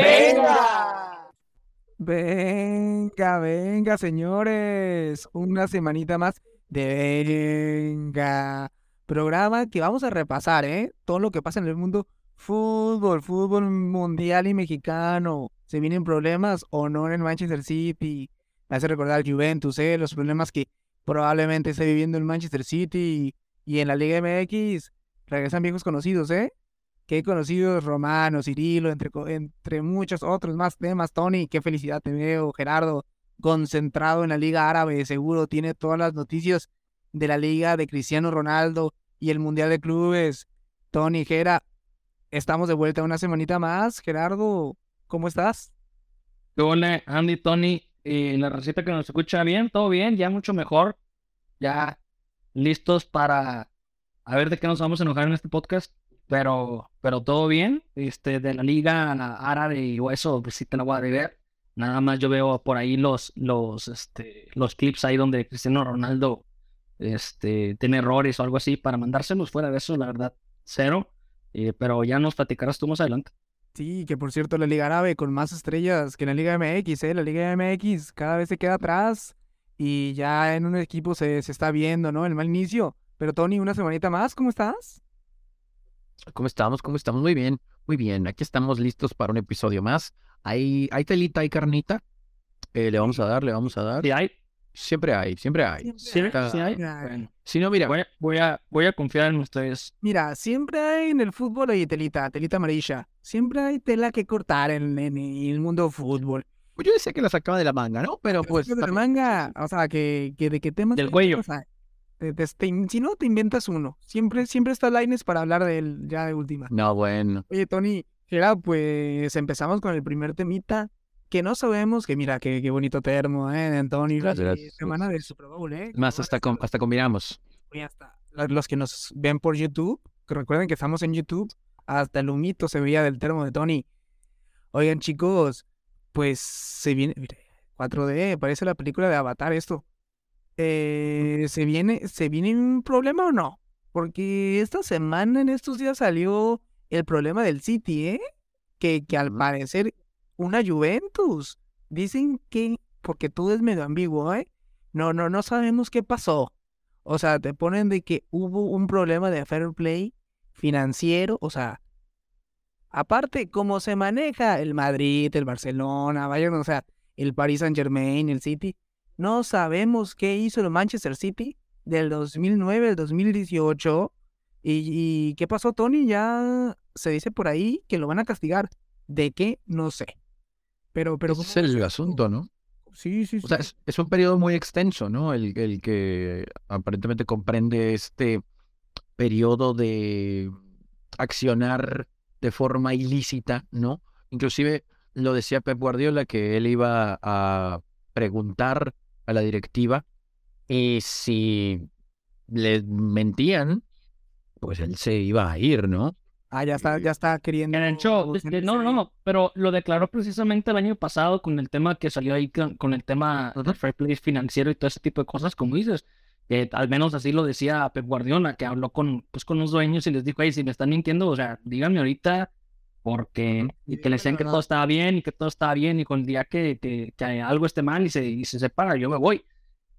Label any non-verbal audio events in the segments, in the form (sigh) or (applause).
¡Venga! Venga, venga, señores. Una semanita más de Venga. Programa que vamos a repasar, ¿eh? Todo lo que pasa en el mundo. Fútbol, fútbol mundial y mexicano. ¿Se vienen problemas o no en el Manchester City? Me hace recordar al Juventus, ¿eh? Los problemas que probablemente esté viviendo el Manchester City y en la Liga MX. Regresan viejos conocidos, ¿eh? que he conocido Romano, Cirilo, entre, entre muchos otros más temas. Tony, qué felicidad te veo, Gerardo, concentrado en la Liga Árabe, seguro tiene todas las noticias de la Liga de Cristiano Ronaldo y el Mundial de Clubes. Tony, Gera, estamos de vuelta una semanita más. Gerardo, ¿cómo estás? Hola, Andy, Tony, eh, la receta que nos escucha bien, todo bien, ya mucho mejor, ya listos para a ver de qué nos vamos a enojar en este podcast pero, pero todo bien. Este, de la liga árabe y eso, pues sí te la voy a ver. Nada más yo veo por ahí los, los, este, los clips ahí donde Cristiano Ronaldo este, tiene errores o algo así para mandárselos fuera de eso, la verdad, cero. Eh, pero ya nos platicarás tú más adelante. Sí, que por cierto, la Liga Árabe con más estrellas que la Liga MX, ¿eh? La Liga MX cada vez se queda atrás y ya en un equipo se, se está viendo, ¿no? El mal inicio. Pero Tony, una semanita más, ¿cómo estás? ¿Cómo estamos? ¿Cómo estamos? Muy bien, muy bien. Aquí estamos listos para un episodio más. Hay, hay telita, hay carnita. Eh, le vamos a dar, le vamos a dar. ¿Sí hay? Siempre hay, siempre hay. Siempre hay. ¿Sí hay? Bueno. Si no, mira. Voy, voy, a, voy a confiar en ustedes. Mira, siempre hay en el fútbol hay telita, telita amarilla. Siempre hay tela que cortar en, en, en el mundo del fútbol. Pues yo decía que la sacaba de la manga, ¿no? Pero pues. De la manga, o sea, que, que de qué tema. Del cuello. Te, te, te, si no, te inventas uno. Siempre, siempre está Lines para hablar de él ya de última. No, bueno. Oye, Tony, era pues empezamos con el primer temita. Que no sabemos, que mira, qué, qué bonito termo, ¿eh? Antonio. Semana del Super Bowl, ¿eh? Más, hasta, com, hasta combinamos. Y hasta los que nos ven por YouTube, que recuerden que estamos en YouTube, hasta el humito se veía del termo de Tony. Oigan, chicos, pues se viene. Mira, 4D, parece la película de Avatar esto. Eh, ¿se, viene, ¿se viene un problema o no? Porque esta semana, en estos días, salió el problema del City, ¿eh? Que, que al parecer, una Juventus. Dicen que, porque todo es medio ambiguo, ¿eh? No, no, no sabemos qué pasó. O sea, te ponen de que hubo un problema de fair play financiero, o sea. Aparte, cómo se maneja el Madrid, el Barcelona, Bayern, o sea, el Paris Saint Germain, el City, no sabemos qué hizo el Manchester City del 2009 al 2018. Y, ¿Y, qué pasó, Tony? Ya se dice por ahí que lo van a castigar. ¿De qué? No sé. Pero, pero. Ese es el asunto, ¿no? Sí, sí, sí. O sea, es, es, un periodo muy extenso, ¿no? El, el que aparentemente comprende este periodo de accionar de forma ilícita, ¿no? Inclusive lo decía Pep Guardiola que él iba a preguntar a la directiva y si le mentían, pues él se iba a ir, ¿no? Ah, ya está, ya está queriendo. En el show, este, no, no, no, pero lo declaró precisamente el año pasado con el tema que salió ahí, con, el tema del fair play financiero y todo ese tipo de cosas, como dices. Que al menos así lo decía Pep Guardiola, que habló con, pues, con los dueños y les dijo, hey, si me están mintiendo, o sea, díganme ahorita porque y que le decían que todo estaba bien y que todo estaba bien y con el día que, que, que algo esté mal y se, y se separa, yo me voy.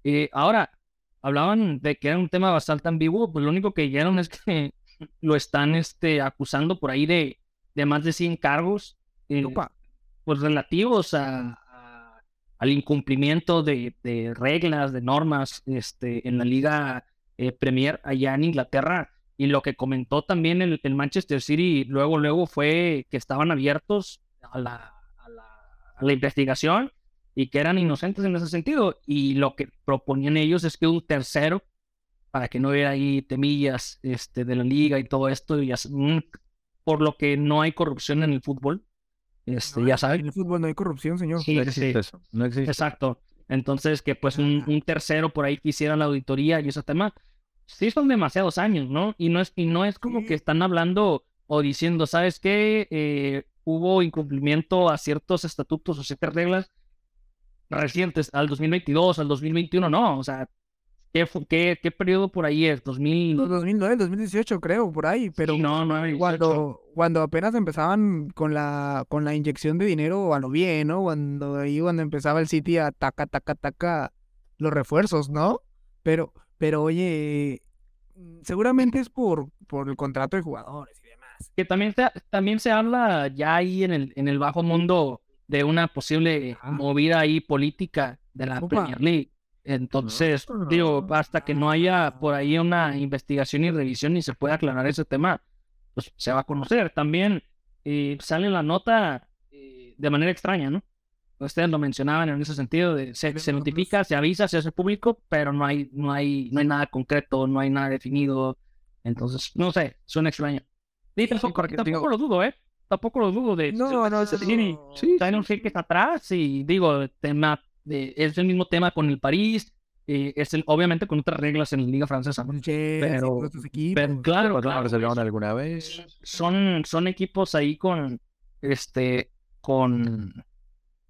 Eh, ahora, hablaban de que era un tema bastante ambiguo, pues lo único que dijeron es que lo están este, acusando por ahí de, de más de 100 cargos eh, pues relativos a, a, al incumplimiento de, de, reglas, de normas este, en la liga eh, Premier allá en Inglaterra. Y lo que comentó también el, el, Manchester City luego, luego fue que estaban abiertos a la, a, la, a la, investigación y que eran inocentes en ese sentido. Y lo que proponían ellos es que un tercero, para que no hubiera ahí temillas este, de la liga y todo esto, y así, por lo que no hay corrupción en el fútbol. Este, no, ya saben. En el fútbol no hay corrupción, señor. Sí, no existe sí. eso. No existe. Exacto. Entonces, que pues un, un tercero por ahí que hiciera la auditoría y ese tema sí son demasiados años, ¿no? Y no es, y no es como que están hablando o diciendo, ¿sabes qué? Eh, hubo incumplimiento a ciertos estatutos o ciertas reglas recientes al 2022, al 2021, no, o sea, ¿Qué, fu- qué, qué periodo por ahí es? 2000... 2009, 2018 creo, por ahí, pero Sí, no, 9, 18. cuando, cuando apenas empezaban con la, con la inyección de dinero a lo bien, ¿no? Cuando ahí cuando empezaba el City a taca, taca, taca los refuerzos, ¿no? Pero, pero oye, seguramente es por, por el contrato de jugadores y demás. Que también se, también se habla ya ahí en el, en el bajo mundo de una posible Ajá. movida ahí política de la Opa. Premier League. Entonces, Ah. digo, hasta que no haya por ahí una investigación y revisión y se pueda aclarar ese tema, pues se va a conocer. También eh, sale la nota eh, de manera extraña, ¿no? Ustedes lo mencionaban en ese sentido, de se, se Nosotros- notifica, se avisa, se hace público, pero no hay, no hay, no hay nada concreto, no hay nada definido. Entonces, no sé, suena extraño. Y tampoco, porque tampoco digo- lo dudo, ¿eh? Tampoco lo dudo de... No, no, Sí, no. sí, Sí, Está en un que está atrás y digo, tema de- es el mismo tema con el París, eh, es el, obviamente con otras reglas en la Liga Francesa. ¿no? Con Chelsea, Pero- con estos equipos. Pero pues, claro, claro, ¿Barcelona alguna vez? son, son equipos ahí con, este, con,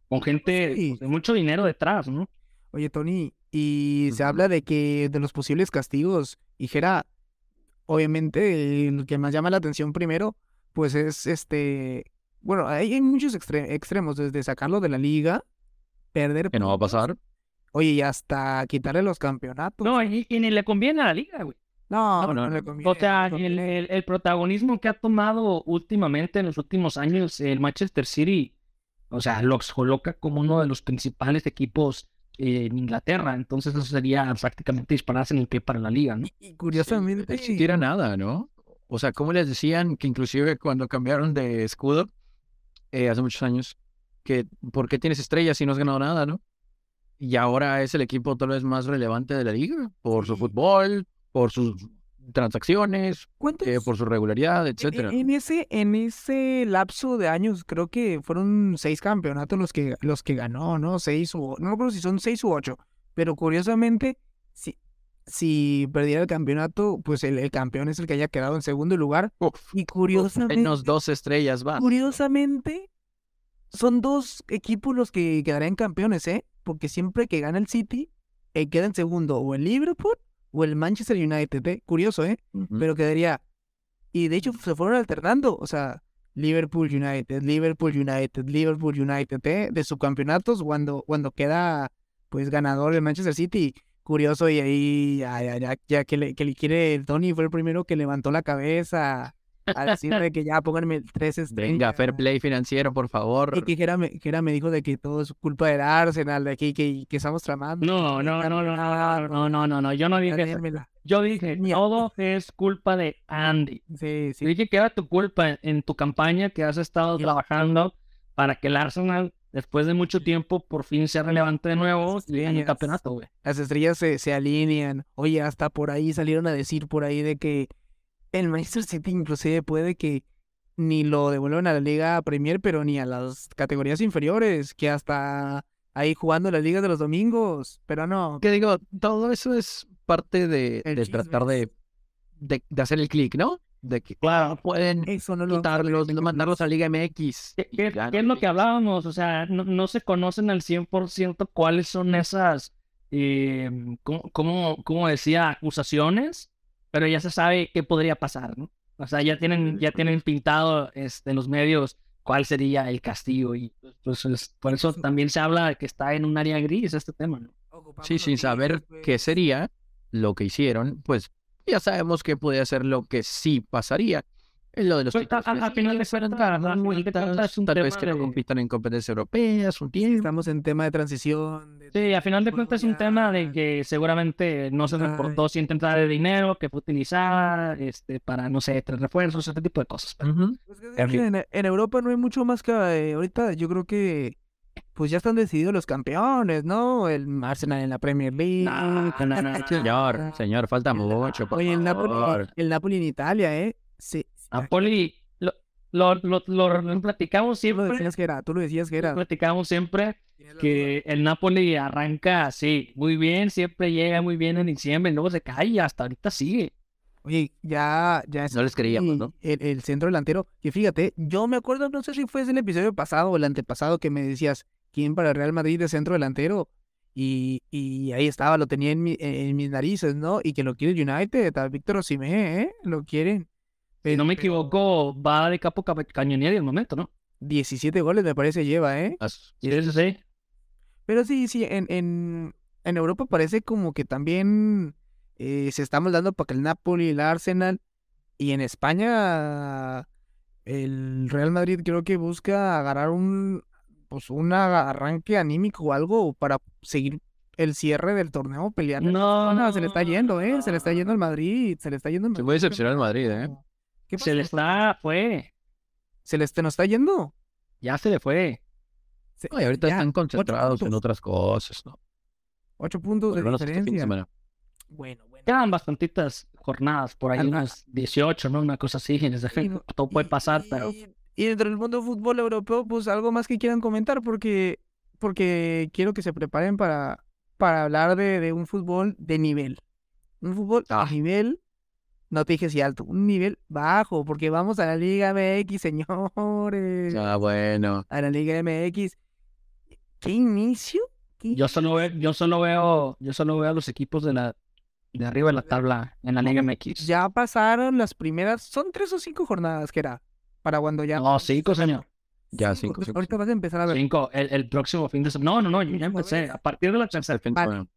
con gente Sí. pues, de mucho dinero detrás, ¿no? Oye, Tony, y se Ujú. habla de que de los posibles castigos, y Jera, obviamente, eh, lo que más llama la atención primero, pues es este, bueno, hay, hay muchos extre- extremos, desde sacarlo de la liga, perder Que no va a puntos, pasar. oye, y hasta quitarle los campeonatos. No, y, y ni le conviene a la liga, güey. no, no, no, no. le O conviene, O no sea, le el, conviene. el- el protagonismo que ha tomado últimamente en los últimos años el Manchester City, o sea, los coloca como uno de los principales equipos eh, en Inglaterra. Entonces eso sería prácticamente dispararse en el pie para la liga, ¿no? Y- Y curiosamente, pues, Ni siquiera nada, ¿no? O sea, ¿cómo les decían que inclusive cuando cambiaron de escudo eh, hace muchos años, que por qué tienes estrellas si no has ganado nada, ¿no? Y ahora es el equipo tal vez más relevante de la liga, por su Sí. fútbol, por sus transacciones, ¿cuántos- eh, por su regularidad, en- en- etcétera. E En, ese, en ese lapso de años, creo que fueron seis campeonatos los que, los que ganó, ¿no? Seis u, no recuerdo si son seis u ocho, pero curiosamente, si, si perdiera el campeonato, pues el, el campeón es el que haya quedado en segundo lugar. Uf, Y curiosamente, menos dos estrellas va. curiosamente, son dos equipos los que quedarían campeones, ¿eh? Porque siempre que gana el City, eh, queda en segundo o el Liverpool o el Manchester United, ¿eh? Curioso, ¿eh? Ujú. pero quedaría. Y de hecho se fueron alternando, o sea, Liverpool United, Liverpool United, Liverpool United, ¿eh? de subcampeonatos cuando, cuando queda pues ganador el Manchester City. Curioso, y ahí ya, ya, ya, ya que, le, que le quiere el Tony, fue el primero que levantó la cabeza a decir (laughs) de que ya pónganme tres estrellas. Venga, fair play financiero, por favor. Y que Jera me, Jera me dijo de que todo es culpa del Arsenal, de aquí que, que estamos tramando. No, no, no, no, no, no, no, no, no, yo no dije eso. Ganérmela. Yo dije, Mía. todo es culpa de Andy. Sí, sí. Dije que era tu culpa en, en tu campaña que has estado Sí. trabajando para que el Arsenal, después de mucho tiempo, por fin sea relevante de nuevo y gane el Yes. campeonato, güey. las estrellas se, se alinean. Oye, hasta por ahí salieron a decir por ahí de que el Manchester City inclusive puede que ni lo devuelvan a la Liga Premier, pero ni a las categorías inferiores, que hasta ahí jugando la Liga de los Domingos, pero no. que digo, todo eso es parte de, El de chisme tratar de, de, de hacer el clic, ¿no? De que Claro, pueden Eso no lo... quitarlos, mandarlos a Liga MX. Eh, ¿Qué, y qué- ganan. qué es lo que hablábamos? O sea, no, no se conocen al 100% cuáles son esas, eh, ¿cómo, cómo, cómo decía, acusaciones, pero ya se sabe qué podría pasar, ¿no? O sea, ya tienen, ya tienen pintado este, en los medios cuál sería el castigo y pues, es- por eso también se habla de que está en un área gris este tema, ¿no? Sí, sin saber qué sería lo que hicieron, pues ya sabemos que podía ser lo que sí pasaría. En lo de los Pues, títulos a- a- a final de que cuentas, dan a final de vueltas, cuentas es un tal vez tema que no de- compitan en competencias europeas un tiempo. Estamos en tema de transición. de- Sí, a final de cuentas es un tema de ya- que seguramente no se Ay. reportó sin entrar de dinero, que fue utilizada este, para, no sé, tres refuerzos, este tipo de cosas. pero- Ujú. Pues que- En que fin. en, en Europa no hay mucho más que eh, ahorita. Yo creo que pues ya están decididos los campeones, ¿no? El Arsenal en la Premier League. No, no, no, no, no. Señor, señor, falta mucho, por Oye, el Napoli, eh, favor. el Napoli en Italia, ¿eh? Sí. Napoli, lo, lo, lo, lo- lo platicamos Tú pues, lo siempre, decías que era, tú lo decías que lo era. platicamos siempre que el Napoli arranca así, muy bien, siempre llega muy bien en diciembre, luego se cae y hasta ahorita sigue. Oye, ya, ya es No les creíamos, ¿no? el, el centro delantero. Que fíjate, yo me acuerdo, no sé si fue en el episodio pasado o el antepasado que me decías quién para el Real Madrid de centro delantero. Y, y ahí estaba, lo tenía en, mi- en mis narices, ¿no? Y que lo quiere United, a Víctor Osimhen, ¿eh? Lo quieren. Si no me Pero- equivoco, va de capo ca- cañonía de momento, ¿no? 17 goles me parece lleva, ¿eh? As- Sí, sí, sí. Pero sí, sí, en, en, en Europa parece como que también eh, se está moldando para que el Napoli, el Arsenal y en España el Real Madrid creo que busca agarrar un, pues, un aga- arranque anímico o algo para seguir el cierre del torneo peleando. No, se le está yendo, ¿eh? Se le está yendo al Madrid, se le está yendo al Se Madrid. puede decepcionar el Madrid, ¿eh? ¿Qué Se le pasó? está, fue. ¿Se le está- nos está yendo? Ya se le fue. Se- No, y ahorita ya, están ocho concentrados en puntos, otras cosas, ¿no? Ocho puntos Por de lo menos este fin de diferencia. semana. Bueno, bueno. Quedan bastantitas jornadas, por ahí Algo. unas 18, ¿no? Una cosa así. en ese ejemplo, Todo puede pasar, pero Y, y dentro del mundo del fútbol europeo, pues algo más que quieran comentar, porque, porque quiero que se preparen para, para hablar de, de un fútbol de nivel. Un fútbol Ah. a nivel, no te dije si alto, un nivel bajo, porque vamos a la Liga MX, (laughs) señores. Ah, bueno. A la Liga MX. ¿Qué inicio? ¿Qué yo solo, ve- yo solo veo yo solo veo a los equipos de la de arriba de la tabla en la Liga MX. Ya pasaron las primeras, son tres o cinco jornadas que era, para cuando ya... No, cinco, señor. Ya, Cinco, cinco, (laughs) cinco, Ahorita vas a empezar a ver. Cinco. El, el próximo fin de semana. No, no, no, yo ya empecé. A partir de la tercera. El fin de Vale. semana.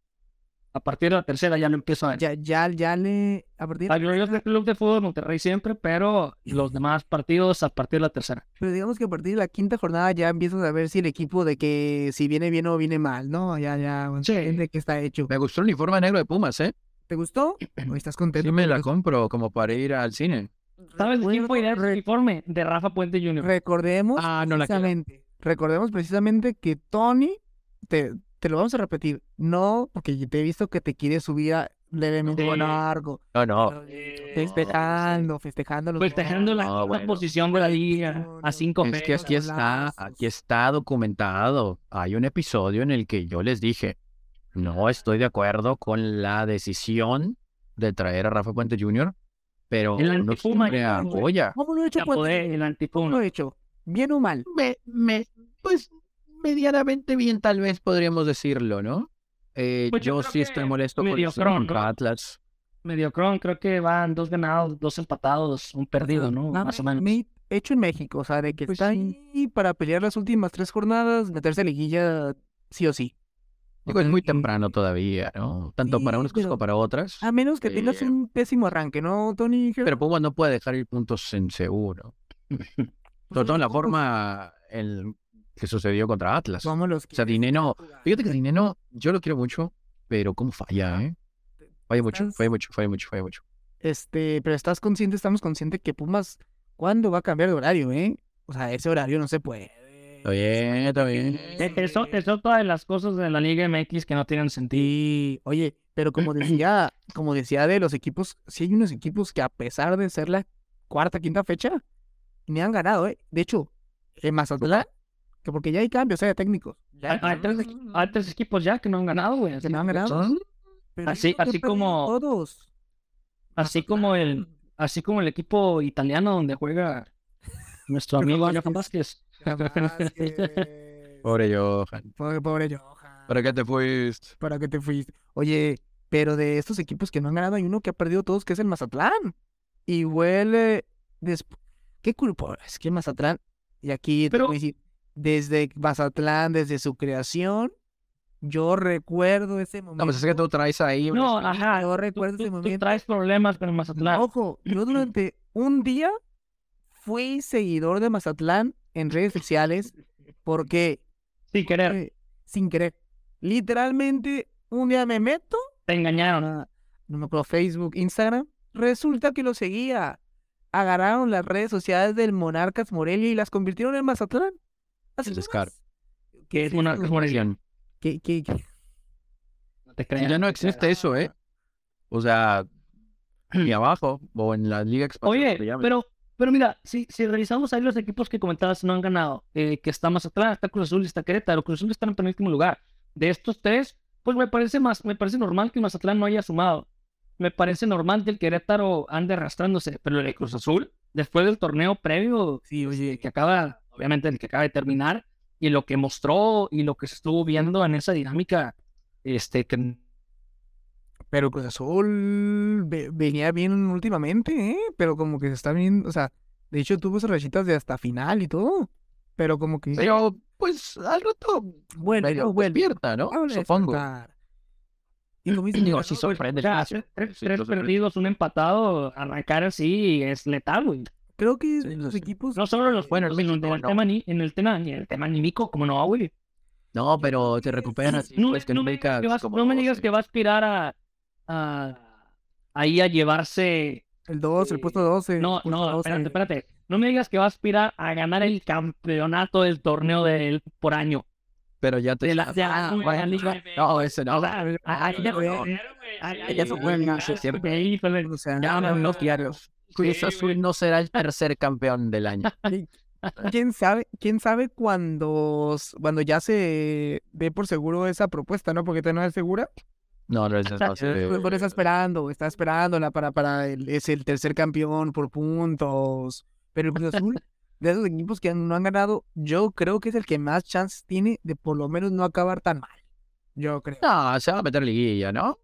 A partir de la tercera ya no empiezo a. Ya, ya, ya le... A partir La gloria del Club de Fútbol Monterrey siempre, pero los demás partidos a partir de la tercera. Pero digamos que a partir de la quinta jornada ya empiezas a ver si el equipo de que si viene bien o viene mal, ¿no? Ya, ya, bueno, Sí. entiende que está hecho. Me gustó el uniforme negro de Pumas, ¿eh? ¿Te gustó? ¿O estás contento? Pues, Sí me con la tus- compro como para ir al cine. ¿Sabes de quién fue idea del uniforme? De Rafa Puente Jr. Recordemos Ah, no la quiero. precisamente, recordemos precisamente que Tony, te, te lo vamos a repetir, no, porque te he visto que te quiere subir a levemente Sí. largo, No, no. festejando, festejando los Festejando la Ah, quinta bueno. posición de la liga a cinco Es que pesos. aquí está, aquí está documentado. Hay un episodio en el que yo les dije, no estoy de acuerdo con la decisión de traer a Rafa Puente Jr., pero El no antipuma, siempre ya, güey. apoya. ¿Cómo lo he hecho? Ya Puente? podé, el ¿Cómo antipuno. lo he hecho? ¿Bien o mal? me, me, pues medianamente bien, tal vez podríamos decirlo, ¿no? Eh, Pues yo yo creo sí estoy que molesto con medio los- cron, contra ¿no? Atlas. Mediocrón, creo que van dos ganados, dos empatados, un perdido, ¿no? Ah, Más o me- menos. me- hecho en México, o sea, de que Pues está sí. ahí para pelear las últimas tres jornadas, meterse a liguilla sí o sí. Digo, es muy temprano todavía, ¿no? Tanto para Sí, unas cosas pero- como para otras. A menos que tengas Eh, un pésimo arranque, ¿no, Tony? Pero Pumas no puede dejar ir puntos en seguro. pues Pues Sobre todo en la forma en que sucedió contra Atlas. Vamos los sea, Dineno- Fíjate que Dineno, yo lo quiero mucho, pero cómo falla, ¿eh? Falla mucho, Estás- falla mucho, falla mucho, falla mucho. Este, pero estás consciente, estamos conscientes que Pumas, ¿cuándo va a cambiar de horario, eh? O sea, ese horario no se puede. Está bien, está bien. Eh, Eso, eso es otra de las cosas de la Liga MX que no tienen sentido. Sí, oye, pero como decía, como decía de los equipos, sí hay unos equipos que a pesar de ser la cuarta, quinta fecha, me han ganado, ¿eh? De hecho, en Mazatlán, que porque ya hay cambios, ¿eh? de técnicos. Hay, hay tres, equi- hay tres equipos ya que no han ganado, güey. Que no han ganado. Son- Pero así- eso que así perdieron como- Todos. (laughs) Así como el, así como el equipo italiano donde juega nuestro amigo Johan Vázquez. (laughs) Pobre Johan. eh. Pobre, pobre Johan. ¿Para qué te fuiste? ¿Para qué te fuiste? Oye, pero de estos equipos que no han ganado, hay uno que ha perdido todos, que es el Mazatlán. Y huele. desp- ¿Qué culpa? Es que Mazatlán. Y aquí te Pero- voy a decir, desde Mazatlán, desde su creación, yo recuerdo ese momento. No, pues es que tú traes ahí. una No, espina. ajá. Yo tú- recuerdo tú- ese tú momento. traes problemas con el Mazatlán. Ojo, yo durante un día fui seguidor de Mazatlán en redes (laughs) sociales porque Sin querer, eh, sin querer. Literalmente, un día me meto te engañaron. una- no me acuerdo, Facebook, Instagram. Resulta que lo seguía. Agarraron las redes sociales del Monarcas Morelia y las convirtieron en Mazatlán. Así nomás. El descaro. Que Es una es Morelia. Morelia. que- que- que- No te creas. Ya no existe eso, ¿eh? O sea, ni abajo o en la Liga Expansión. Oye, que le llamen. pero, pero mira, si, si revisamos ahí los equipos que comentabas no han ganado, eh, que está Mazatlán, está Cruz Azul, y está Querétaro, Cruz Azul está en penúltimo lugar. De estos tres, pues me parece más, me parece normal que Mazatlán no haya sumado. Me parece normal que el Querétaro ande arrastrándose, pero el de Cruz Azul, después del torneo previo, Sí, el que acaba, obviamente el que acaba de terminar, y lo que mostró y lo que se estuvo viendo en esa dinámica Este, que- Pero Cruz Azul ve- venía bien últimamente, ¿eh? Pero como que se está bien, o sea, de hecho tuvo sus rachitas de hasta final y todo. Pero como que... Pero, pues, al rato bueno, medio despierta, ¿no? Supongo. Y como dice, (clears throat) Digo, Cruz sí Azul, sorprende. o sea, Sí, tres, sí, tres los- perdidos, un empatado, arrancar así es letal, güey. Creo que es Sí, de no los sé. equipos... No solo en los Bueno, buenos, en sino en México el, no. tema, ni- en, el tema, en el tema anímico, como no, güey. No, pero te recuperan así, No, pues, que no no me digas que digas vas- como no me dos, digas eh. que va a aspirar a, a- ahí a llevarse. El 2, el puesto 12. No, pues el puesto eh, no, 12. espérate, espérate. No me digas que va a aspirar a ganar el campeonato del torneo del por año. Pero ya te... De la- de la- Ah, de la Ah, bueno, Liga No, ese no. O sea, ahí ya no, no. ahí Ya se fue, no, sí, siempre. Ah, Híjole. O sea, Ya no, no, no. los diarios. Cruz Sí, Azul güey. (clears throat) no será el tercer campeón del año. (laughs) ¿Quién sabe, quién sabe cuando, s- cuando ya se dé por seguro esa propuesta, ¿no? Porque todavía no es segura. (laughs) No, no es no, sí, El jugador está esperando, está esperándola para, para el, es el tercer campeón por puntos. Pero el Cruz Azul, de esos equipos que no han ganado, yo creo que es el que más chances tiene de por lo menos no acabar tan mal. Yo creo. No, se va a meter liguilla, ¿no?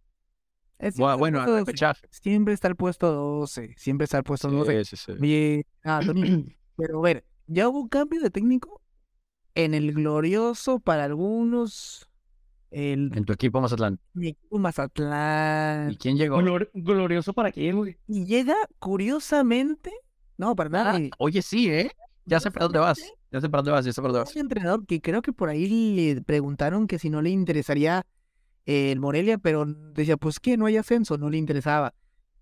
Es siempre Bueno, el bueno, a puesto 12, repechaje. Siempre está el puesto 12. Siempre está el puesto 12. Sí, sí, sí. Oye, ah, Tony, pero a ver, ya hubo un cambio de técnico en el glorioso para algunos, el En tu equipo Mazatlán. mi equipo Mazatlán. ¿Y quién llegó? Glor- glorioso para quién, güey. Y llega curiosamente, no, para Ah, nada, oye, sí, ¿eh? Ya sé para dónde vas. Ya sé para dónde vas, ya sé para dónde vas. un entrenador que creo que por ahí le preguntaron que si no le interesaría eh, el Morelia, pero decía, pues que no hay ascenso, no le interesaba.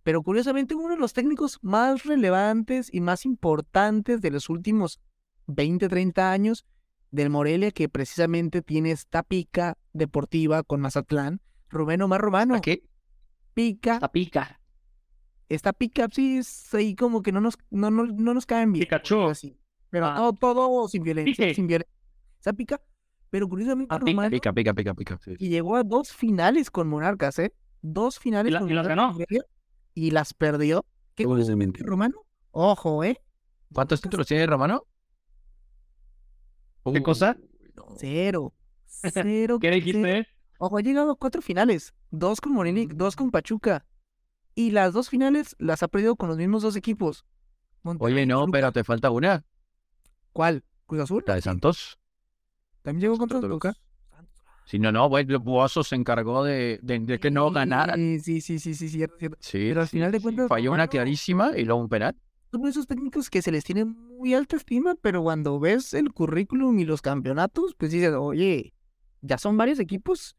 Pero curiosamente uno de los técnicos más relevantes y más importantes de los últimos 20, 30 años del Morelia, que precisamente tiene esta pica deportiva con Mazatlán, Rubén Omar Romano, ¿Qué? pica, Hasta pica. esta pica sí es ahí como que no nos, no, no, no nos caen bien. Pikachu. o algo así. Pero Ah. no, todo sin violencia, Pique. sin violencia. Esa pica, pero curiosamente Ah, pica, Romano- Pica, pica, pica, pica. sí. y llegó a dos finales con Monarcas, ¿eh? Dos finales Y la- con y las Monarcas ganó. Morelia, Y las perdió. ¿Qué Uy, curiosamente, Romano? Ojo, ¿eh? ¿Cuántos títulos tiene Romano? ¿Qué Uh, cosa? no. Cero. Cero. (laughs) ¿Qué cero. dijiste? Mm. Ojo, ha llegado a cuatro finales. Dos con Morelia, y dos con Pachuca. Y las dos finales las ha perdido con los mismos dos equipos. Oye, Monterrey, no, Toluca. pero te falta una. ¿Cuál? ¿Cruz Azul? La de Santos. También llegó contra Toluca. Toluca. Si no, no, bueno, Bozo se encargó de, de- de que no ganaran. Sí, sí, sí, sí, sí, cierto, cierto. Sí, Pero al sí, final de sí. cuentas, Falló una Romano- clarísima y luego un penal. Son esos técnicos que se les tiene muy alta estima, pero cuando ves el currículum y los campeonatos, pues dices, oye, ya son varios equipos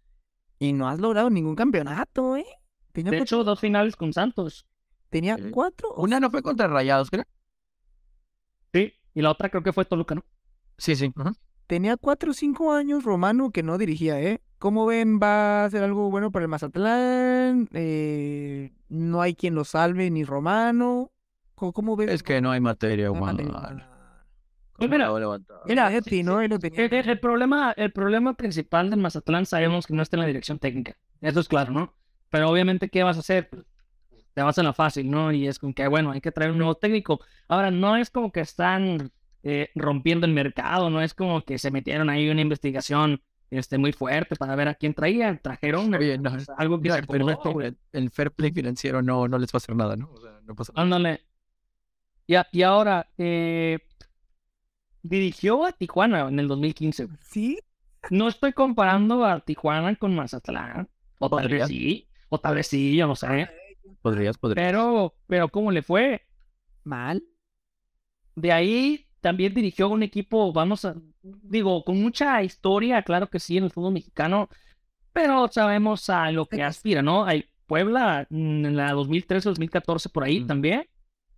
y no has logrado ningún campeonato, ¿eh? Tenía, De cu- hecho, dos finales con Santos. tenía sí. cuatro. o Una no fue contra Rayados, creo. Sí. Y la otra creo que fue Toluca, ¿no? Sí, sí. ujú. Tenía cuatro o cinco años Romano que no dirigía, ¿eh? Como ven, va a ser algo bueno para el Mazatlán. eh, no hay quien lo salve, ni Romano. ¿Cómo, cómo ven? Es que no hay materia Ah, humana. vale, ¿Cómo ah. Pues mira, la va a levantar? Era Eti, ¿no? Él lo tenía. El, Eh, el- el problema, el problema principal del Mazatlán sabemos que no está en la dirección técnica. Eso es claro, ¿no? Pero obviamente, ¿qué vas a hacer? Te vas a la fácil, ¿no? Y es como que, bueno, hay que traer un nuevo técnico. Ahora, no es como que están eh, rompiendo el mercado, no es como que se metieron ahí una investigación este, muy fuerte para ver a quién traían. Trajeron Oye, no, o sea, algo que Mira, se pero acomodó, esto, güey. el- el fair play financiero no, no les va a hacer nada, ¿no? O sea, no pasa nada. Ándale. Y, a- y ahora, eh, dirigió a Tijuana en el 2015. güey. Sí, No estoy comparando a Tijuana con Mazatlán. O tal Podría. vez sí, o tal vez sí, yo no sé. Podrías, podrías. Pero, pero ¿cómo le fue? mal. De ahí también dirigió un equipo, vamos a, digo, con mucha historia, claro que sí, en el fútbol mexicano, pero sabemos a lo que aspira, ¿no? Hay Puebla mm, en la 2013, 2014, por ahí Ujú. también.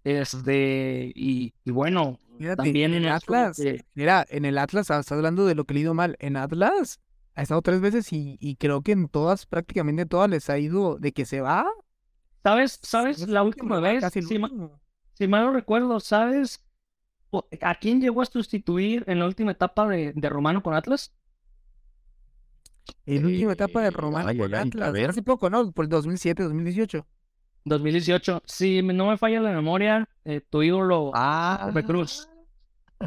Este, y, y bueno, Fíjate, también en el el Atlas. Mira, en el Atlas, ah, estás hablando de lo que le ha ido mal. En Atlas ha estado tres veces y, y creo que en todas, prácticamente todas, les ha ido de que se va. ¿Sabes, sabes es la el última último, vez? casi el si ma- último. Si mal no recuerdo, ¿sabes o- a quién llegó a sustituir en la última etapa de, de Romano con Atlas? En la última Eh, etapa de ay, Román ay, ay, a Atlas. ver. Hace poco, ¿no? Por el 2007, 2018. 2018. Si me- no me falla la memoria, eh, tu ídolo Ah, Pepe Cruz.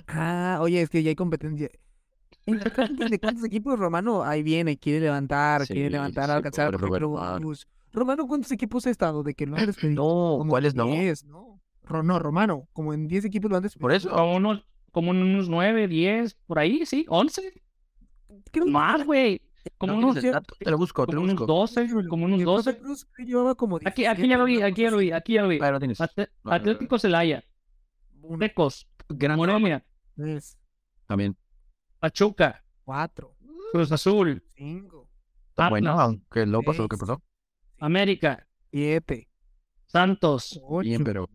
Ah, oye, es que ya hay competencia. En la Champions de cuántos equipos Romano ahí viene, quiere levantar, Sí, quiere levantar, sí, alcanzar pobre Roberto Roberto. Carlos. Romano, ¿cuántos equipos ha estado? De que lo han despedido. No, Como ¿cuáles no? 10, ¿no? Ro- no, Romano, como en 10 equipos lo han despedido. Por eso. Como unos, como unos 9, 10, por ahí, sí, 11. Creo que Más, güey. Como No unos, tienes el dato, Te lo busco, te como lo unos busco. 12, como unos Llegó 12. Cruz, creo que llevaba como Aquí, aquí ya lo vi, aquí ya lo vi, aquí ya lo vi. Ah, lo tienes. Ate- no, no. Atlético Celaya, Tecos, Gran Morelia, también. Pachuca, 4, Cruz Azul, 5, Bueno, Atlas, aunque no pasó lo que Seis. pasó. América, 7, Santos, 8, Bien, pero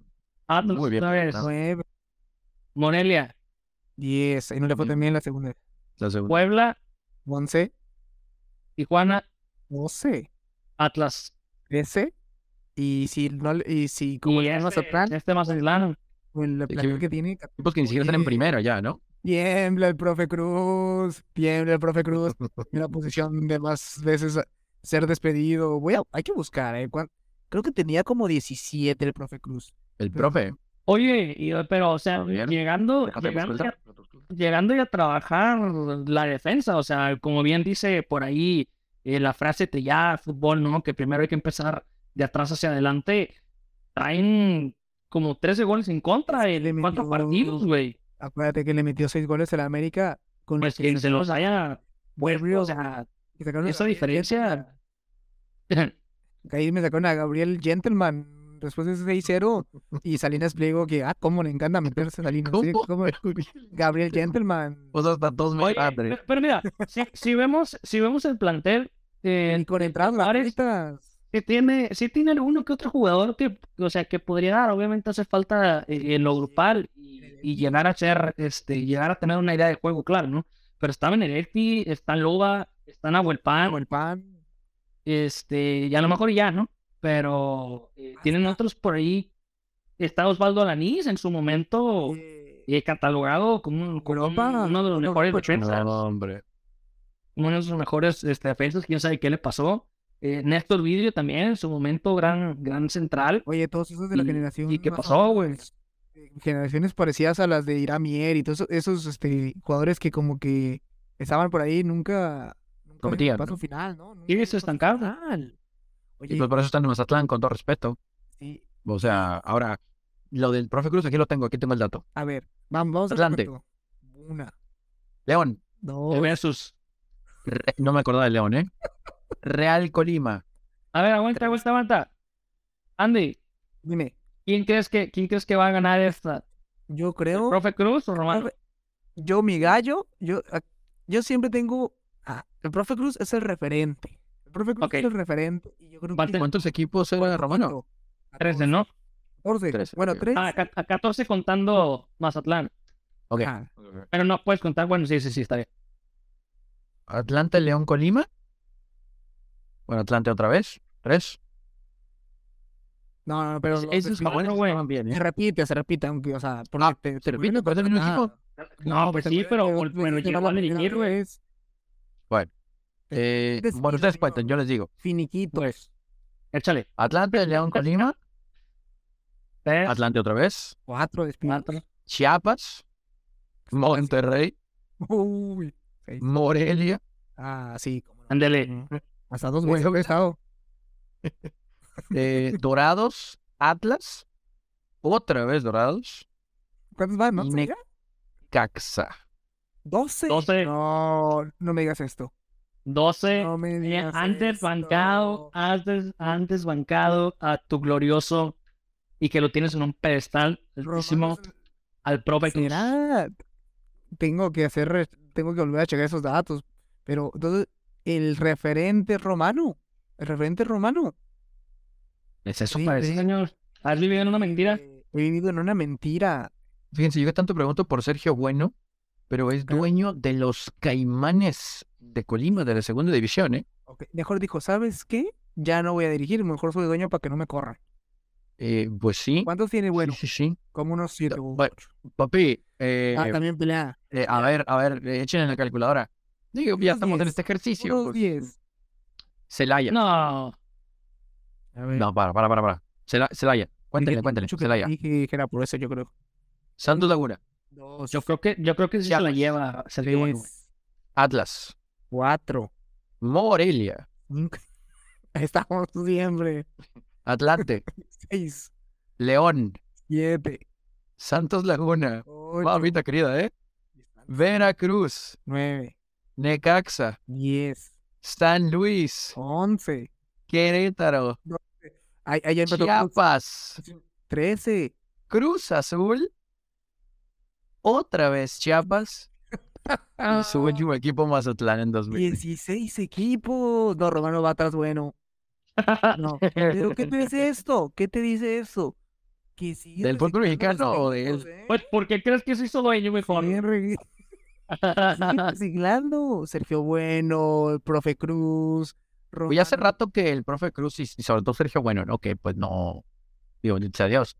Atlas Muy bien, otra vez, nada. 9, Morelia, 10. Ahí no le fue Bien. también la segunda. la segunda. Puebla, 11, Tijuana, 12, Atlas. 13. Y si no le- y si como Y le este, Mazatlán, este Mazatlán. con la Sí, plantel que- que tiene, Equipos que ni siquiera están en Oye. primera ya, ¿no? tiembla el profe Cruz, tiembla el profe (laughs) Cruz. en la posición de más veces a- ser despedido. Voy a, hay que buscar, ¿eh? ¿Cuán- Creo que tenía como 17 el profe Cruz. El profe. Oye, y- pero o sea, Muy bien. llegando, déjate llegando buscar ya el dato. llegando y a trabajar la defensa, o sea, como bien dice por ahí eh, la frase te ya fútbol, ¿no? Que primero hay que empezar de atrás hacia adelante. Traen como 13 goles en contra le en cuatro metió- partidos, güey. Acuérdate que le metió 6 goles a la América con Pues que que se los haya, Gabriel- o sea, que sacaron a esa Gabriel- diferencia. que Ahí me sacaron a Gabriel Gentleman después de ese 6-0 y Salinas Pliego que, ah, cómo le encanta meterse a Salinas. sí, ¿Cómo? cómo- Gabriel Gentleman. (laughs) pues, O sea, hasta dos Oye, meses. pero, pero mira, si, si vemos, si vemos el plantel, eh, Y con entradas Juárez- larguitas. Sí tiene, sí tiene alguno que otro jugador que, o sea, que podría dar. Obviamente hace falta eh, en lo grupal y, y llegar a ser, este, llegar a tener una idea de juego, claro, ¿no? Pero está Benedetti, está Loba, está Nahuel Pan, Con el pan. este, y a lo mejor ya, ¿no? Pero eh, Ah, tienen otros por ahí. Está Osvaldo Alanís en su momento eh, eh, catalogado como, un- como un- Europa, uno de los bueno, pues, mejores Europa, defensas, No, hombre. uno de sus mejores este, defensas, quién sabe qué le pasó. Eh, Néstor Vidrio también en su momento gran, gran central. Oye, todos esos de la ¿Y- generación. y qué más o pasó, güey? menos, eh, Generaciones parecidas a las de Iramier y todos eso- esos este, jugadores que como que estaban por ahí nunca. nunca Prometían, paso ¿no? final, ¿no? Nunca Y dieron se paso estancaron. final. Y Oye, pues por eso están en Mazatlán, con todo respeto. sí, O sea, ahora, lo del profe Cruz, aquí lo tengo, aquí tengo el dato. a ver, vamos, vamos al Adelante. cuento. Una, León, dos, Versus. Re- no me acordaba de León, ¿eh? Real Colima. A ver, aguanta, aguanta, aguanta. Andy, dime. ¿quién crees que, quién crees que va a ganar esta? Yo ¿El creo, ¿Profe Cruz o Romano? profe- yo mi gallo, yo, a- yo siempre tengo, ah, el profe Cruz es el referente. El profe Cruz Ok. es el referente y yo creo que Mantén- ¿Cuántos equipos era Romano? 13, ¿no? Pues 14. Trece, Bueno, ok. 3. Ah, ca- a 14 contando Mazatlán. Ok. Ah. Pero no puedes contar, bueno, sí, sí, sí, está bien. Atlanta, León, Colima. Bueno, Atlanta otra vez. Tres. No, no, no, pero los Eso es despidos- bueno, güey. Estaban bien, Se ¿eh? repite, se repite, aunque, o sea, por Ah, te, se repite, pero es del mismo equipo. No, pues sí, pero, pero, llegó a dirigir, güey. Eh, Des- bueno, ustedes cuentan, yo les digo. Finiquito. Pues, échale. Atlanta, León, Colima. Tres, Atlanta otra vez. Cuatro despidos. cuatro. Chiapas. Monterrey. (laughs) Uy. seis. Morelia. Ah, sí. cómo no. Ándele. Hasta dos Pues, veces Bueno, he estado. (laughs) eh, Dorados. Atlas. Otra vez Dorados. ¿Cuántos van? Y ¿No? me- ¿Será? Caxa. ¿Doce? Doce. No, no me digas esto. 12. No pues me Eh, digas Antes esto. bancado, antes, antes bancado a tu glorioso y que lo tienes en un pedestal Romano altísimo es- al profe Cruz. ¿Será? Tengo que hacer, re- tengo que volver a checar esos datos. Pero entonces, el referente romano, el referente romano. Es eso. Eso Sí, parece, sí. Pues señor. ¿Has vivido en una mentira? eh, He vivido en una mentira. Fíjense, yo tanto pregunto por Sergio Bueno, pero es Claro. dueño de los Caimanes de Colima, de la segunda división, ¿eh? Ok, Mejor dijo, ¿sabes qué? Ya no voy a dirigir, mejor soy dueño para que no me corran. Eh, pues sí. ¿Cuántos tiene? Sí, Bueno, Sí, sí, como unos siete. u Bueno, ocho. Papi, eh, Ah, también pelea. eh, a ver, a ver, eh, echen en la calculadora. Digo, ya Unos estamos en diez, este ejercicio. Unos pues. diez. Celaya. No. A ver. mm, No, para, para, para, para. Cela- Celaya. Cuéntale, dije cuéntale. mucho que Celaya. Dije que era por eso, yo creo. Santos Laguna. Dos. Yo creo que, yo creo que sí se la Chiapas. lleva Sergio Bueno, güey. tres. Atlas, Cuatro. Morelia, Cinco. (laughs) Estamos siempre. (laughs) Atlante, Seis. León, Siete. Santos Laguna, Ocho. mamita querida, ¿eh? Veracruz, Nueve. Necaxa, Diez. San Luis, Once. Querétaro, Ay- Ayer me tocó Chiapas, trece. Cruz Azul, otra vez Chiapas, Ah. y su último equipo Mazatlán en 2000. 16 equipos. No, Romano Batas, bueno. No. ¿Pero qué te (laughs) dice esto? ¿Qué te dice eso? Que siguen ¿Del fútbol reciclando los mexicano o de equipos, ¿eh? Pues, ¿por qué crees que soy solo dueño mejor? Siguen re- (laughs) siguen reciclando. Sergio Bueno, el profe Cruz. Pues hace Romano- rato que el profe Cruz y, y sobre todo Sergio Bueno, ¿no? Que pues no, digo, ni sea Dios,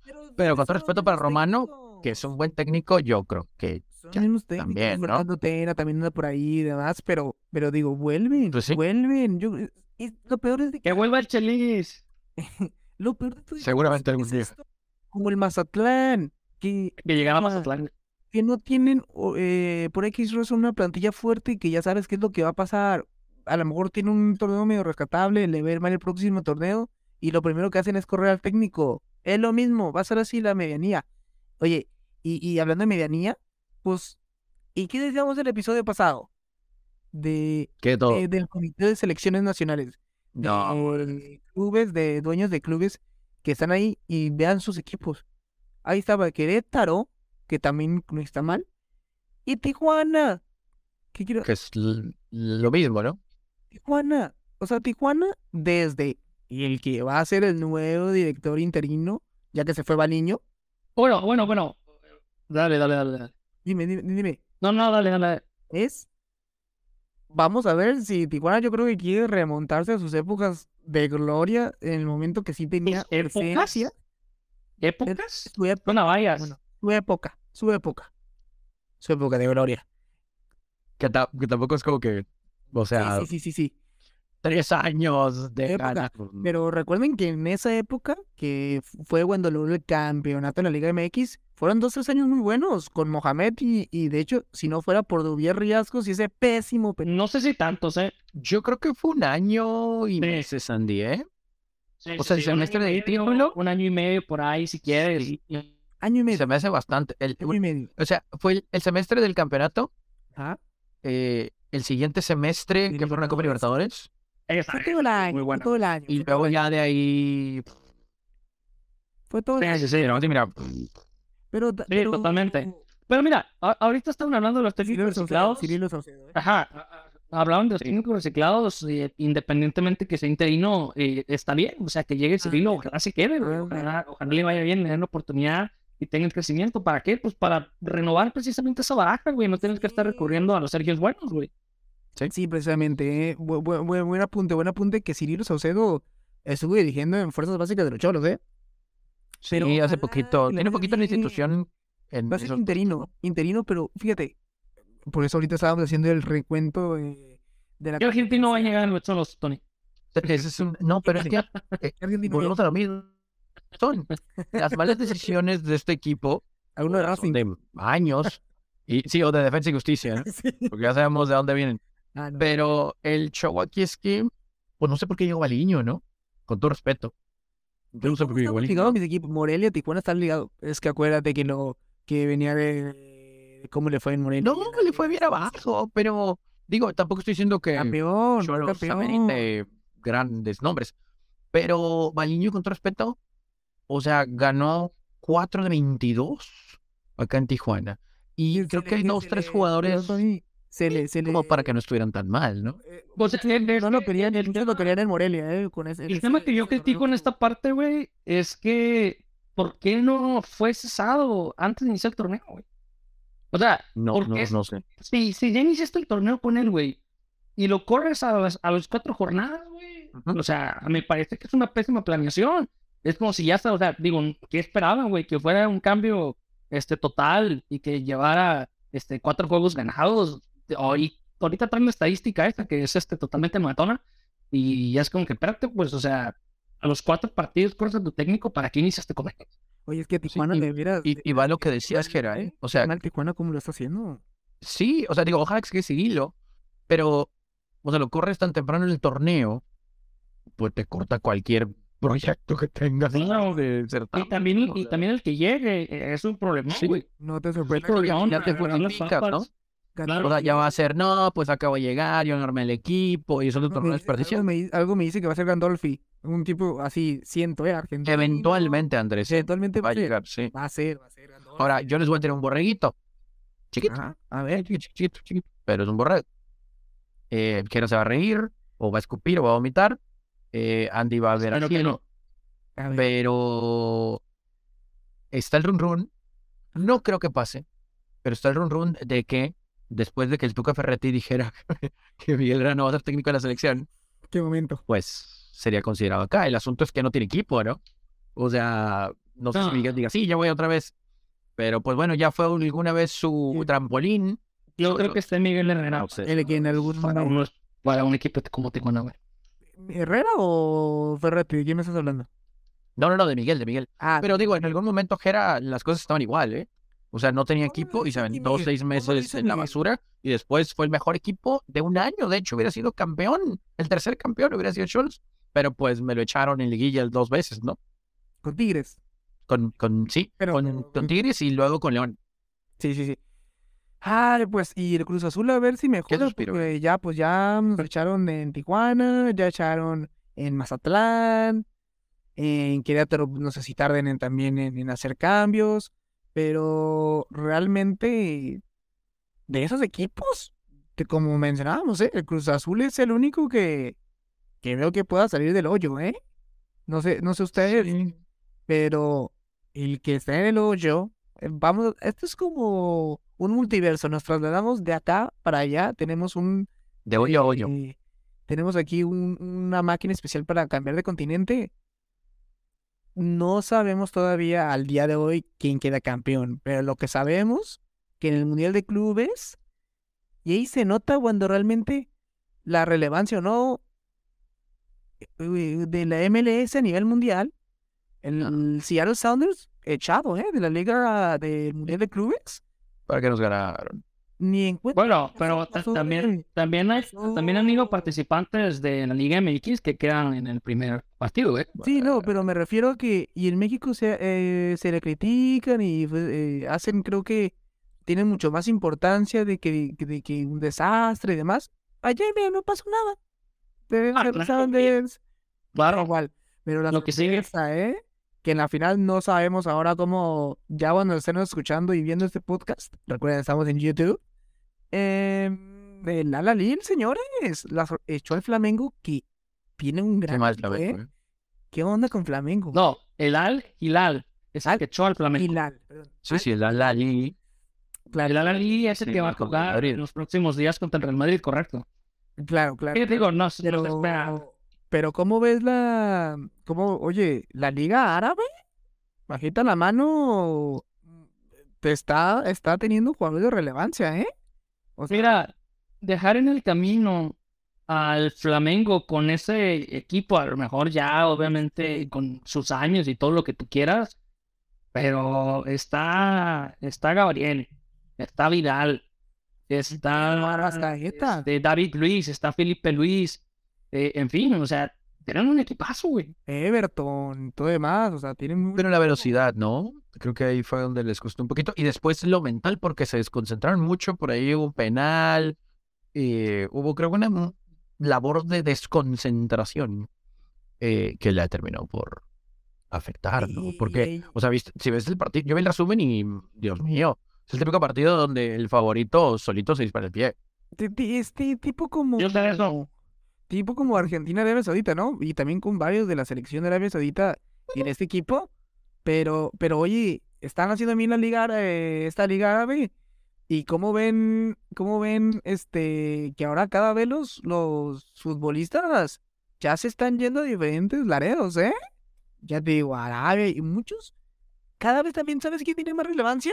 son pero con todo los respeto para mismos Romano, técnicos. que es un buen técnico, yo creo que Son Ya, los mismos técnicos, también, ¿no? Fernando Tena también anda por ahí y demás, pero, pero digo, vuelven, Pues sí. vuelven. Yo, y lo peor es (laughs) de Que vuelva el Chelis. Lo peor de todo es que Seguramente es- algún es día. esto, Como el Mazatlán, que, Que llegara a Ah. Mazatlán. que no tienen o- eh, por X razón una plantilla fuerte y que ya sabes qué es lo que va a pasar. A lo mejor tiene un torneo medio rescatable, le va a ir mal el próximo torneo y lo primero que hacen es correr al técnico. Es lo mismo, va a ser así la medianía. Oye, y, y hablando de medianía, pues, ¿y qué decíamos del episodio pasado? De, que todo. eh, del Comité de Selecciones Nacionales no, de clubes, de dueños de clubes que están ahí y vean sus equipos. Ahí estaba Querétaro, que también no está mal, y Tijuana. ¿Qué quiero? que es l- lo mismo, ¿no? Tijuana. O sea, Tijuana desde y el que va a ser el nuevo director interino, ya que se fue Baliño. Bueno, bueno, bueno. Dale, dale, dale, dale. Dime, dime, dime. No, no, dale, dale. Es. Vamos a ver si Tijuana yo creo que quiere remontarse a sus épocas de gloria en el momento que sí tenía ¿Épocas? esencia, ¿Épocas? su época. No la vayas. Bueno, su época, su época. Su época de gloria. Que, ta- que tampoco es como que, o Sí, sea, sí, sí, sí, sí. tres años de Época, ganar. Pero recuerden que en esa época, que f- fue cuando logró el campeonato en la Liga MX, fueron dos, tres años muy buenos con Mohamed y, y de hecho, si no fuera por Dubier Riascos y ese pésimo penal. No sé si tantos, ¿eh? Yo creo que fue un año y Sí. meses, Andy, ¿eh? Sí, O sí, sea, el sí, un año semestre y de medio, título. este Un año y medio por ahí, si quieres. Y- Año y medio. Se me hace bastante. El- Año y medio. o sea, fue el, el semestre del campeonato, Ajá. eh, el siguiente semestre, De que fueron la Copa Libertadores, Fue Exacto. todo el año. muy fue buena. todo el año. y fue, luego ya de ahí. fue todo el año. Sí, no, sí, mira, Pero, Sí, totalmente. Pero mira, a- ahorita estaban hablando de los técnicos Cirilo Saucedo, reciclados. Cirilo Saucedo, ¿eh? Ajá, a- a- hablaban de los técnicos reciclados, eh, independientemente que sea interino, eh, está bien. O sea, que llegue el Cirilo, ojalá se quede, güey, Ah, ojalá, ojalá le vaya bien, le den la oportunidad y tenga el crecimiento. ¿Para qué? Pues para renovar precisamente esa baraja, güey. No tienes que estar Sí. recurriendo a los Sergios buenos, güey. Sí, precisamente. ¿eh? Bu- bu- bu- buen apunte, buen apunte que Cirilo Saucedo estuvo dirigiendo en Fuerzas Básicas de los Cholos, ¿eh? Pero ah, sí, hace ojalá poquito. que le Tiene vaya poquito la bien. institución en Va a ser esos- interino, interino, pero fíjate, por eso ahorita estábamos haciendo el recuento eh, de la... Yo argentino va a llegar en los cholos, Tony. ese es un- No, pero es que Argentina, volvemos a lo mismo. Son las malas decisiones de este equipo a uno de Racing. son de años. Y, sí, o de Defensa y Justicia, ¿no? (laughs) Sí. porque ya sabemos de dónde vienen. Ah, no. Pero el show aquí es que, pues no sé por qué llegó Baliño, ¿no? Con todo respeto. Yo no sé por qué llegó Estamos Baliño. ligados mis equipos, Morelia, Tijuana están ligados. Es que acuérdate que no, que venía de... de ¿Cómo le fue en Morelia? No, le fue bien abajo, pero digo, tampoco estoy diciendo que Campeón, fue Cholos campeón. amerite grandes nombres. Pero Baliño, con todo respeto, o sea, ganó 4 de 22 acá en Tijuana. Y Se creo le- que hay dos, se tres le- jugadores Tony, Se le, se le... como para que no estuvieran tan mal, ¿no? Eh, Pues, muchos- eh, es no lo que querían, el muchos lo tema- querían en Morelia, eh, con ese. El tema que yo critico en esta parte, güey, es que ¿por qué no fue cesado antes de iniciar el torneo, güey? O sea, No, ¿Por no, qué? no sé. si, si ya iniciaste el torneo con él, güey, y lo corres a las, a las cuatro jornadas, güey, Ajá. o sea, me parece que es una pésima planeación. Es como si ya está, o sea, digo, ¿qué esperaban, güey? Que fuera un cambio este, total y que llevara este, cuatro juegos ganados. Hoy, ahorita trae una estadística esta que es este, totalmente matona. Y ya es como que, espérate, pues, o sea, a los cuatro partidos corres a tu técnico para que iniciaste con él. Oye, es que Tijuana y- de veras, Y, de y va lo que veras, decías, mal, Gera, ¿eh? ¿eh? O sea, mal Tijuana cómo lo está haciendo. Sí, o sea, digo, ojalá que siga Cirilo, Pero, o sea, lo corres tan temprano en el torneo, pues te corta cualquier proyecto que tengas Claro. de certamen, Y también, o y sea. también el que llegue eh, es un problema, Ah, Sí. güey. No te Es un sorprendas. problemón, ya te agarrar las justificas, papas. ¿no? Gato. Claro. O sea, ya va a ser, no, pues acabo de llegar, yo armé el equipo, y eso es Algo torneo me, dice, algo, desperdiciado. me, di- algo me dice que va a ser Gandolfi. Un tipo así, siento, ¿eh? Argentino. Eventualmente, Andrés, Eventualmente va va a a ser. llegar, sí. Va a ser, va a ser Gandolfi. Ahora, yo les voy a tener un borreguito. Chiquito, Ajá, a eh, ver. chiquito, chiquito, chiquito, pero es un borrego. Eh, Kero se va a reír, o va a escupir, o va a vomitar. Eh, Andy va a ver Pero a que no. A ver. pero está el run run. No creo que pase, pero está el run run de que después de que el Tuca Ferretti dijera (laughs) que Miguel Grano va a ser técnico de la selección, Qué momento. pues sería considerado acá. El asunto es que no tiene equipo, ¿no? O sea, no sé si Ah. Miguel diga, sí, ya voy otra vez. Pero pues bueno, ya fue alguna vez su Sí. eh. trampolín. Yo creo que esté Miguel Herrera No sé. El que en algún para, momento- unos- para un equipo como Tijuana, güey. ¿Herrera o Ferretti? ¿De quién me estás hablando? No, no, no, de Miguel, de Miguel. Ah, Pero digo, en algún momento Jera, las cosas estaban igual, ¿eh? O sea, no tenía ¿Cómo lo equipo y se dice aventó Miguel? seis ¿Cómo lo meses dice en la Miguel? basura y después fue el mejor equipo de un año. De hecho, hubiera sido campeón. El tercer campeón hubiera sido Schultz. Pero pues me lo echaron en liguilla dos veces, ¿no? con Tigres. Con, con sí, Pero- mm. con, con Tigres y luego con León. Sí, sí, sí. Ah, pues, y el Cruz Azul a ver si mejora, suspiro, eh? porque ya, pues, ya nos echaron en Tijuana, ya echaron en Mazatlán, en Querétaro, pues, no sé si tarden en- también en, en hacer cambios, pero realmente de esos equipos, que como mencionábamos, ¿eh? el Cruz Azul es el único que, que veo que pueda salir del hoyo, ¿eh? No sé, no sé ustedes, pero el que está en el hoyo, eh, vamos, esto es como un multiverso, nos trasladamos de acá para allá, tenemos un, De hoyo a hoyo. eh, tenemos aquí un- una máquina especial para cambiar de continente. No sabemos todavía al día de hoy quién queda campeón, pero lo que sabemos que en el Mundial de Clubes, y ahí se nota cuando realmente la relevancia o no eh, eh, de la MLS a nivel mundial, el Seattle Sounders echado, ¿eh? De la liga ah, del Mundial de Clubes, ¿Para qué nos ganaron? ni en cuenta. Bueno, pero ta- también, también, hay, también han ido participantes de la Liga MX que quedan en el primer partido, ¿eh? güey. Sí, no, pero me refiero a que, y en México se, eh, se le critican y pues, eh, hacen, creo que tienen mucho más importancia de que, de que un desastre y demás. Allá mira, no pasó nada. De Ah, de claro, Sounders, da Claro, igual. Pero la Lo que sigue. sorpresa, ¿eh? Que en la final no sabemos ahora cómo, ya cuando estén escuchando y viendo este podcast, recuerden, estamos en YouTube. Eh, el Ala Lil, señores, la sor- echó al Flamengo que tiene un gran Qué mal equipo, la ¿eh? vez, güey. ¿Qué onda con Flamengo? no, el Al Hilal es el Al que echó al Flamengo. Hilal, perdón. Sí, sí, la la li. El Claro, Al Hilal es el Sí, que va a contra el jugar Madrid. en los próximos días contra el Real Madrid, correcto. claro, claro. ¿Qué digo? No, se- no se espera. Pero, pero ¿cómo ves la... cómo, oye, la Liga Árabe? Bajita la mano, te está, está teniendo jugadores de relevancia, ¿eh? O sea, Mira, dejar en el camino al Flamengo con ese equipo, a lo mejor ya, obviamente, con sus años y todo lo que tú quieras, pero está, está Gabriel, está Vidal, está Arrascaeta. este, David Luis, está Felipe Luis, eh, en fin, o sea, tienen un equipazo, güey. Everton, todo demás, o sea, tienen muy... Pero la velocidad, ¿no? Creo que ahí fue donde les costó un poquito. Y después lo mental, porque se desconcentraron mucho. Por ahí hubo un penal. eh, hubo, creo que una mu- labor de desconcentración eh, que la terminó por afectar, ¿no? Porque Y- O sea, viste- si ves el partido, yo vi el resumen y, Dios mío, es el típico partido donde el favorito solito se dispara el pie. ti- ti- Este tipo como... Yo sé eso. Tipo como Argentina, Arabia Saudita, ¿no? Y también con varios de la selección de Arabia Saudita y en este equipo. Pero, pero oye, están haciendo bien la liga, ára- eh, esta liga árabe. ¿Y cómo ven, cómo ven, este, que ahora cada vez los, los futbolistas ya se están yendo a diferentes laredos, ¿eh? Ya te digo, Arabia y muchos. Cada vez también, ¿sabes quién tiene más relevancia?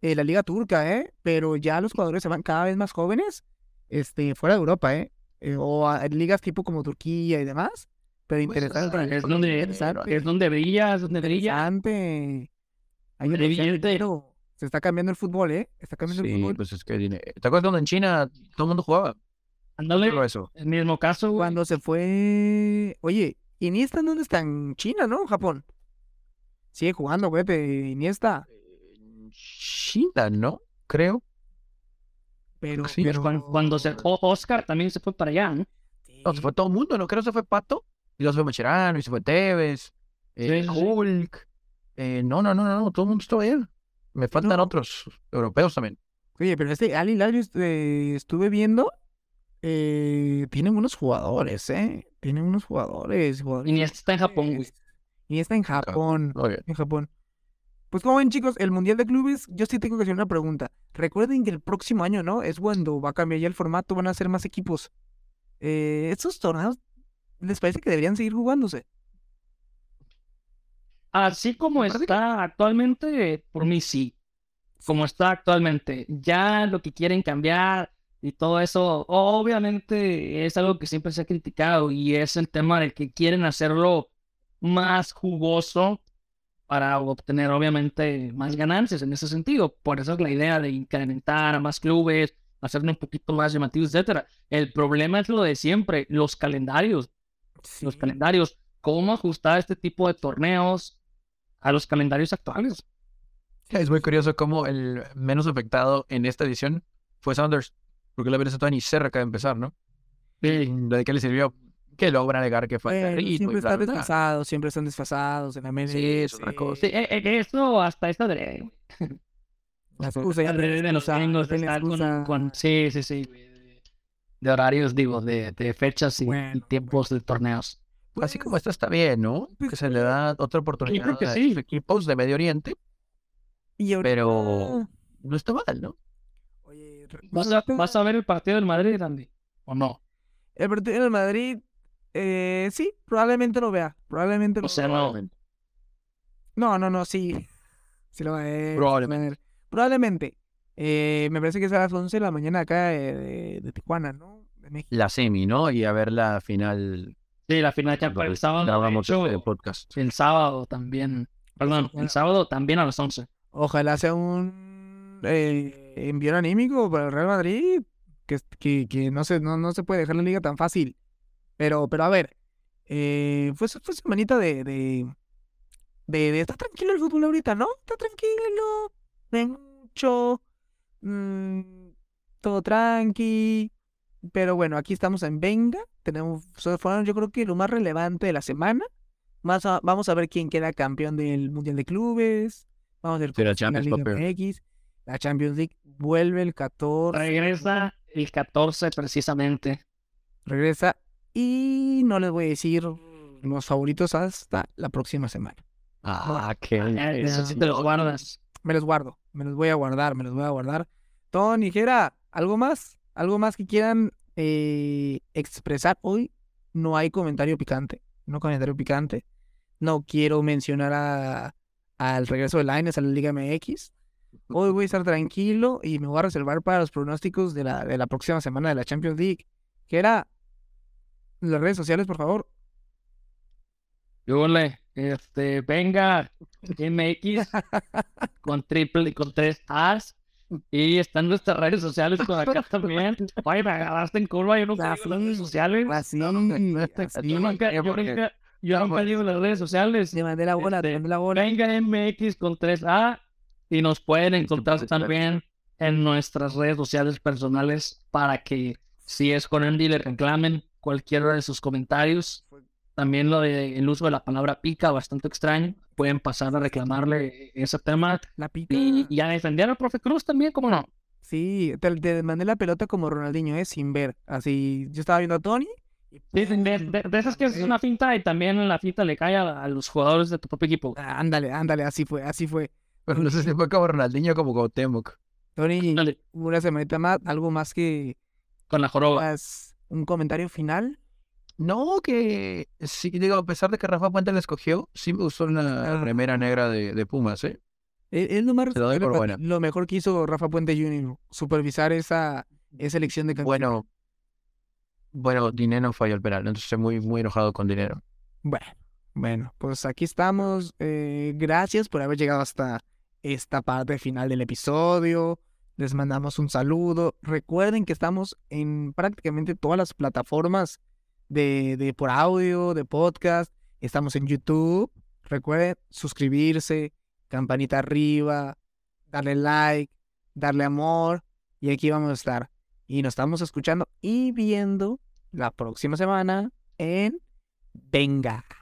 Eh, la liga turca, ¿eh? Pero ya los jugadores se van cada vez más jóvenes, este, fuera de Europa, ¿eh? eh, o a- en ligas tipo como Turquía y demás. Pero Pues, interesante. ay, Es donde, interesante, es donde brilla, es donde brilla. interesante. Hay Donde brilla el dedo. dinero. Se está cambiando el fútbol, ¿eh? Está cambiando el Sí, fútbol. pues es que dinero. ¿Te acuerdas cuando en China todo el mundo jugaba? Ándale, Solo eso. el mismo caso, güey. Cuando se fue. Oye, Iniesta, ¿dónde está? En China, ¿no? Japón. Sigue jugando, Pepe, Iniesta. China, ¿no? Creo. Pero. Pues Sí, Cuan- Cuando, se o- Oscar también se fue para allá, ¿no? No, se fue todo el mundo, ¿no? Creo que se fue Pato. Y luego se fue Macherano, y se fue Tevez, eh, Sí, sí, sí. Hulk. Eh, no, no, no, no, no, todo el mundo estuvo bien. Me faltan No. otros europeos también. Oye, pero este Ali Lario estuve viendo. Eh, tiene unos jugadores, ¿eh? Tiene unos jugadores. jugadores Iniesta está en Japón, güey. Iniesta en Japón. Muy bien. en Japón. Pues como ven chicos, el Mundial de Clubes, yo sí tengo que hacer una pregunta. Recuerden que el próximo año, ¿no? Es cuando va a cambiar ya el formato, van a ser más equipos. Eh, estos torneos, ¿les parece que deberían seguir jugándose? Así como Me parece que- está actualmente, por mí sí. Como está actualmente. Ya lo que quieren cambiar y todo eso, obviamente es algo que siempre se ha criticado y es el tema de que quieren hacerlo más jugoso para obtener obviamente más ganancias en ese sentido. Por eso es la idea de incrementar a más clubes, hacerlo un poquito más llamativo, etcétera. El problema es lo de siempre, los calendarios los calendarios, cómo ajustar este tipo de torneos a los calendarios actuales. Es muy curioso cómo el menos afectado en esta edición fue Saunders, porque la verdad estaba ni cerca de empezar, ¿no? Eh, Lo de que le sirvió, que lo van a negar que fue Bueno, ritmo y siempre bla, están bla, bla. desfasados, siempre están desfasados en la media. Sí, es otra cosa. Sí, eh, eh, eso hasta esta de, La excusa, ya tienen de los excusa, gringos de tienen estar con, excusa. con- Sí, sí, sí. güey, de- De horarios, digo, de, de fechas y, y Bueno, tiempos de torneos. Así Pues, como esta está bien, ¿no? pues, Que se le da otra Yo creo oportunidad que a sí. equipos de Medio Oriente, y ahorita- pero- no está mal, ¿no? Oye, pues, ¿Vas a, vas a ver el partido del Madrid, Andy? ¿O no? El partido del Madrid, eh, sí, probablemente lo vea. Probablemente lo O sea, no. No, no, no, sí. Sí lo va a ver. Probablemente. Probablemente. Probablemente. Eh, me parece que es a las 11 de la mañana acá eh, de, de Tijuana, ¿no? De México. La semi, ¿no? Y a ver la final. Sí, la final pues, ya para el sábado. de Grabamos hecho, este podcast. el sábado también. Perdón, el sábado también a las 11. Ojalá sea un eh, envío anímico para el Real Madrid, que, es- que, que no, se, no, no se puede dejar la liga tan fácil. Pero, pero a ver, eh, fue, su- fue semanita de, de, de, de- Está tranquilo el fútbol ahorita, ¿no? Está tranquilo, no hay mucho, mm, todo tranqui. Pero bueno, aquí estamos en Venga. Tenemos, so- fueron yo creo que lo más relevante de la semana. Más a- vamos a ver quién queda campeón del Mundial de Clubes. Vamos a ver Sí, la está Champions, la Liga MX. La Champions League vuelve el 14. Regresa el 14 precisamente. Regresa. Y no les voy a decir los favoritos hasta la próxima semana. Ah, qué. Eh, Eso sí te lo guardas. Me los guardo. Me los voy a guardar. Me los voy a guardar. Tony, Jera, ¿algo más? ¿Algo más que quieran eh, expresar hoy? No hay comentario picante. No comentario picante. No quiero mencionar a- al regreso de Lines a la Liga MX. Hoy voy a estar tranquilo y me voy a reservar para los pronósticos de la, de la próxima semana de la Champions League. Jera, las redes sociales, por favor. Yule, este, venga, MX con triple, con tres As. Y están nuestras redes sociales por acá también. Oye, me agarraste en curva, yo nunca digo las redes sociales. (laughs) Así, Ah, (laughs) así. Yo nunca, yo nunca, yo nunca digo las redes sociales. Le mandé la bola, le Este, mandé la bola. Venga MX con 3A y nos pueden encontrar también en nuestras redes sociales personales para que si es con Andy le reclamen cualquiera de sus comentarios. También lo de el uso de la palabra pica, bastante extraño. Pueden pasar a reclamarle ese tema La pica. y, y a defender al profe Cruz también, ¿cómo no? Sí, te, te mandé la pelota como Ronaldinho, ¿eh? Sin ver. Así, yo estaba viendo a Tony. y Sí, de, ¡pum! de- de esas que es una finta y también en la finta le cae a, a los jugadores de tu propio equipo. Ah, (laughs) Ándale, ándale, así fue, así fue. Pero (laughs) no sé si fue como Ronaldinho o como Cuauhtémoc. Tony, Ándale, una semanita más, algo más que Con la joroba. más, un comentario final. No, que sí, digo, a pesar de que Rafa Puente la escogió, sí me gustó la Ah. remera negra de, de Pumas, ¿eh? E- Es, lo más Te la doy respetable por para ti, buena. lo mejor que hizo Rafa Puente Jr., supervisar esa, esa elección de canción. Bueno, bueno, Dinero falló el penal, entonces estoy muy, muy enojado con Dinero. Bueno, bueno, pues aquí estamos. eh, gracias por haber llegado hasta esta parte final del episodio. Les mandamos un saludo. Recuerden que estamos en prácticamente todas las plataformas de, de por audio, de podcast. Estamos en YouTube. Recuerden suscribirse, campanita arriba, darle like, darle amor. Y aquí vamos a estar. Y nos estamos escuchando y viendo la próxima semana en Venga.